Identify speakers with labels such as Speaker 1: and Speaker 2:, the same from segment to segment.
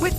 Speaker 1: With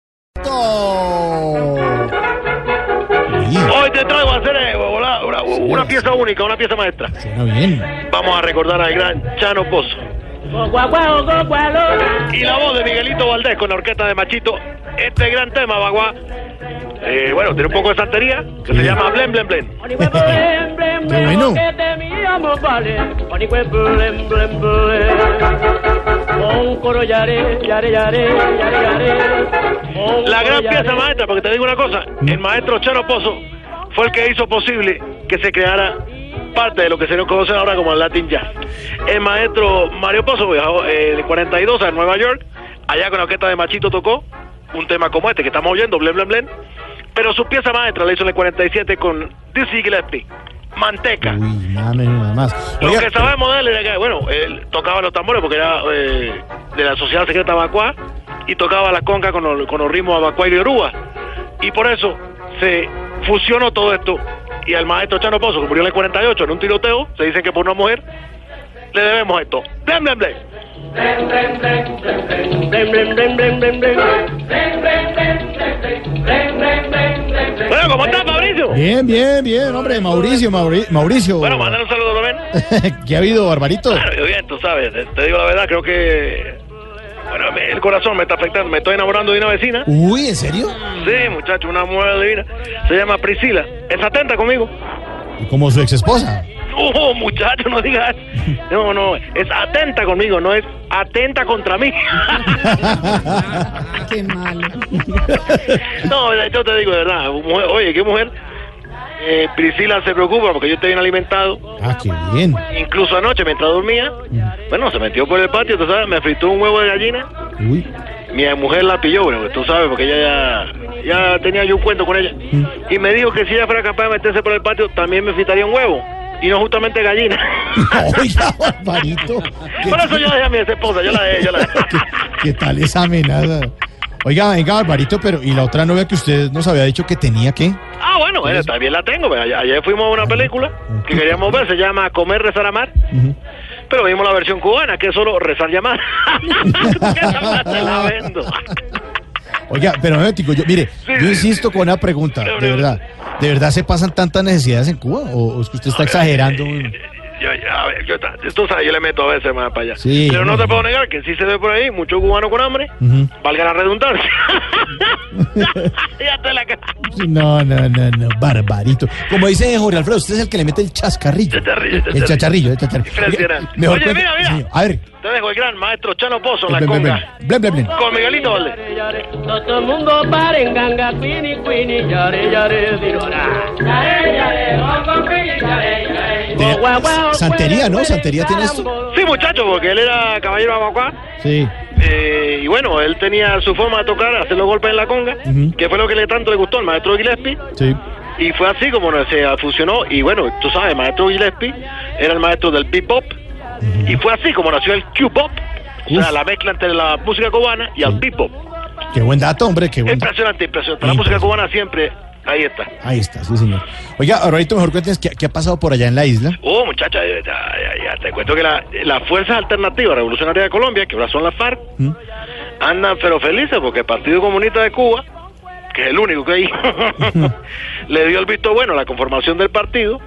Speaker 2: Hoy te traigo a hacer eh, una, una- una pieza única, una pieza maestra.
Speaker 3: Suena bien.
Speaker 2: Vamos a recordar al gran Chano Pozo. Y la voz de Miguelito Valdés con la orquesta de Machito. Este gran tema, Baguá. eh, bueno, tiene un poco de santería que se llama Blen Blen Blen.
Speaker 3: bueno.
Speaker 2: La gran pieza maestra, porque te digo una cosa, el maestro Chano Pozo fue el que hizo posible que se creara parte de lo que se nos conoce ahora como el Latin Jazz. El maestro Mario Pozo viajó eh, de 42 a Nueva York, allá con la orquesta de Machito tocó un tema como este que estamos oyendo, Blen Blen Blen, pero su pieza maestra la hizo en el 47 con Dizzy Gillespie, Manteca.
Speaker 3: Uy, nada menos, nada más.
Speaker 2: Lo
Speaker 3: Oiga,
Speaker 2: que sabemos de él era que, bueno, él tocaba los tambores porque era eh, de la Sociedad Secreta Abacuá y tocaba la conca con, los- con los ritmos Abacuá y Yoruba. Y por eso se fusionó todo esto. Y al maestro Chano Pozo, que murió en el 48 en un tiroteo, se dicen que por una mujer, le debemos esto. ¡Blen, blen, blen! Bueno, ¿cómo estás, Fabricio?
Speaker 3: Bien, bien, bien, hombre, Mauricio, Mauri- Mauricio.
Speaker 2: Bueno, mandar un saludo también.
Speaker 3: ¿Qué ha habido, Barbarito?
Speaker 2: Claro, yo bien, tú sabes, te- te digo la verdad, creo que... Bueno, me- el corazón me está afectando, me estoy enamorando de una vecina.
Speaker 3: Uy, ¿en serio?
Speaker 2: Sí, muchacho, una mujer divina. Se llama Priscila. Es atenta conmigo.
Speaker 3: ¿Y Como su ex esposa.
Speaker 2: No, muchacho, no digas. No, no, es atenta conmigo, no es atenta contra mí.
Speaker 4: Qué malo.
Speaker 2: No, yo te digo de verdad, mujer- oye, qué mujer. Eh, Priscila se preocupa porque yo estoy bien alimentado.
Speaker 3: Ah, qué bien.
Speaker 2: Incluso anoche, mientras dormía, bueno, se metió por el patio, tú sabes, me fritó un huevo de gallina.
Speaker 3: Uy,
Speaker 2: Mi mujer la pilló, bueno, tú sabes, porque ella ya, ya tenía yo un cuento con ella. Y me dijo que si ella fuera capaz de meterse por el patio, también me fritaría un huevo. Y no justamente gallina.
Speaker 3: oiga, Barbarito. ¿qué-
Speaker 2: por eso yo dejé a mi esposa, yo la dejé, yo la dejé.
Speaker 3: ¿Qué, qué tal esa amenaza? Oiga, venga, Barbarito, pero ¿y la otra novia que usted nos había dicho que tenía qué?
Speaker 2: Ah, bueno, bueno, también la tengo. pero Ayer, ayer fuimos a una película que queríamos ver, se llama Comer, Rezar, Amar. Pero vimos la versión cubana, que es solo rezar y amar. Esa más te la vendo.
Speaker 3: Oiga, pero no, tico, yo, mire, yo insisto con una pregunta, de verdad. ¿De verdad se pasan tantas necesidades en Cuba? ¿O, o es que usted está exagerando?
Speaker 2: Yo, yo- a ver, yo, ta- tú sabes, yo le meto a veces más para allá.
Speaker 3: Sí.
Speaker 2: Pero no te puedo negar que sí se ve por ahí mucho cubano con hambre.
Speaker 3: Ujú.
Speaker 2: Valga la redundancia. ya te la ca-
Speaker 3: No, no, no, no, barbarito. Como dice Jorge Alfredo, usted es el que le mete el chascarrillo.
Speaker 2: Chascarrillo,
Speaker 3: El
Speaker 2: chascarrillo.
Speaker 3: chascarrillo, el chascarrillo.
Speaker 2: Impresionante.
Speaker 3: Mejor
Speaker 2: Oye,
Speaker 3: cuente-
Speaker 2: mira, mira.
Speaker 3: señor. A ver.
Speaker 2: Te dejo el gran maestro Chano Pozo en la
Speaker 3: Blen, blen, blen.
Speaker 2: conga.
Speaker 3: Blen, blen, blen.
Speaker 2: Con Miguelito Valdés.
Speaker 5: Todo el mundo para en ganga, quini, quini, yare, yare, dirona. Yare, yare, bongo, quini, yare, yare.
Speaker 3: De-
Speaker 5: Guau, guau,
Speaker 3: Santería, ¿no?
Speaker 5: cuere,
Speaker 3: Santería tiene esto.
Speaker 5: carambo.
Speaker 2: Sí, muchacho, porque él era caballero abacuá.
Speaker 3: Sí.
Speaker 2: Eh, y bueno, él tenía su forma de tocar, hacer los golpes en la conga,
Speaker 3: Ujú.
Speaker 2: que fue lo que le tanto le gustó al maestro Gillespie.
Speaker 3: Sí.
Speaker 2: Y fue así como no, se fusionó. Y bueno, tú sabes, maestro Gillespie era el maestro del bebop. Y fue así como nació el Q-pop. O sea,
Speaker 3: Uf.
Speaker 2: la mezcla entre la música cubana y el bebop.
Speaker 3: Qué buen dato, hombre, qué buen dato.
Speaker 2: Impresionante, impresionante. La música cubana siempre, ahí está.
Speaker 3: Ahí está, sí, señor. Oiga, Barbarito, mejor cuéntenos qué, qué ha pasado por allá en la isla.
Speaker 2: Oh, muchacha, ya, ya- ya te cuento que la- las fuerzas alternativas revolucionarias de Colombia, que ahora son las FARC,
Speaker 3: ¿Mm?
Speaker 2: andan pero felices porque el Partido Comunista de Cuba, que es el único que hay, le dio el visto bueno a la conformación del partido.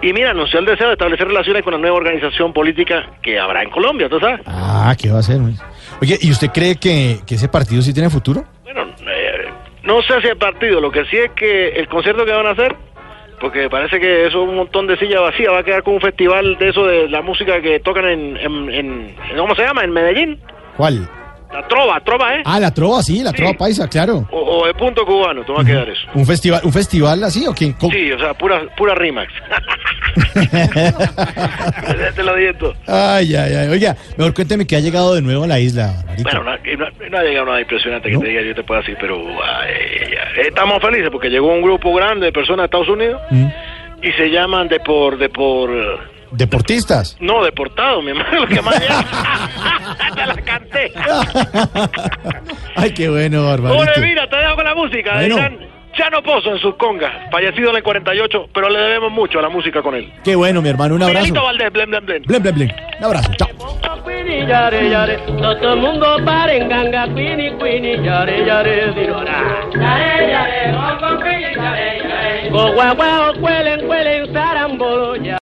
Speaker 2: Y mira, anunció el deseo de establecer relaciones con la nueva organización política que habrá en Colombia, ¿tú sabes?
Speaker 3: Ah, ¿qué va a hacer? hombre? Oye, ¿y usted cree que, que ese partido sí tiene futuro?
Speaker 2: Bueno, eh, no sé si el partido, lo que sí es que el concierto que van a hacer, porque parece que eso un montón de sillas vacías, va a quedar con un festival de eso de la música que tocan en, en- en- ¿cómo se llama? En Medellín.
Speaker 3: ¿Cuál?
Speaker 2: La trova, trova, ¿eh?
Speaker 3: Ah, la trova, sí, la trova
Speaker 2: Sí.
Speaker 3: paisa, claro.
Speaker 2: O, o el punto cubano, te va a quedar eso.
Speaker 3: ¿Un festival, un festival así o qué? ¿Cómo-
Speaker 2: Sí, o sea, pura, pura rimax. Te lo diento.
Speaker 3: Ay, ay, ay. Oiga, mejor cuénteme que ha llegado de nuevo a la isla. Barbarita.
Speaker 2: Bueno, no, no- no ha llegado nada impresionante que
Speaker 3: ¿No?
Speaker 2: te diga yo te pueda decir, pero ay, ay, estamos felices porque llegó un grupo grande de personas de Estados Unidos y se llaman de por, de por,
Speaker 3: Deportistas.
Speaker 2: no deportados, mi hermano, lo que más llama. Te la canté.
Speaker 3: Ah, Ay, qué bueno,
Speaker 2: Ole,
Speaker 3: Barbarito.
Speaker 2: mira, te dejo con la música.
Speaker 3: Bueno.
Speaker 2: Dirán Chano Pozo en sus congas, fallecido en el 48, pero le debemos mucho a la música con él.
Speaker 3: Qué bueno, mi hermano. Un abrazo.
Speaker 2: Miguelito Valdés, blem, blem, blem.
Speaker 3: Blen, blen, blen. Un abrazo. Chao.
Speaker 5: Queenie, yare, yare. Todo el mundo paren, ganga, queenie, queenie, yare, yare, dirora. Yare, yare, bongo, queenie, yare, yare. Guagua, guau, cuelen, cuelen, sarambolo, ya.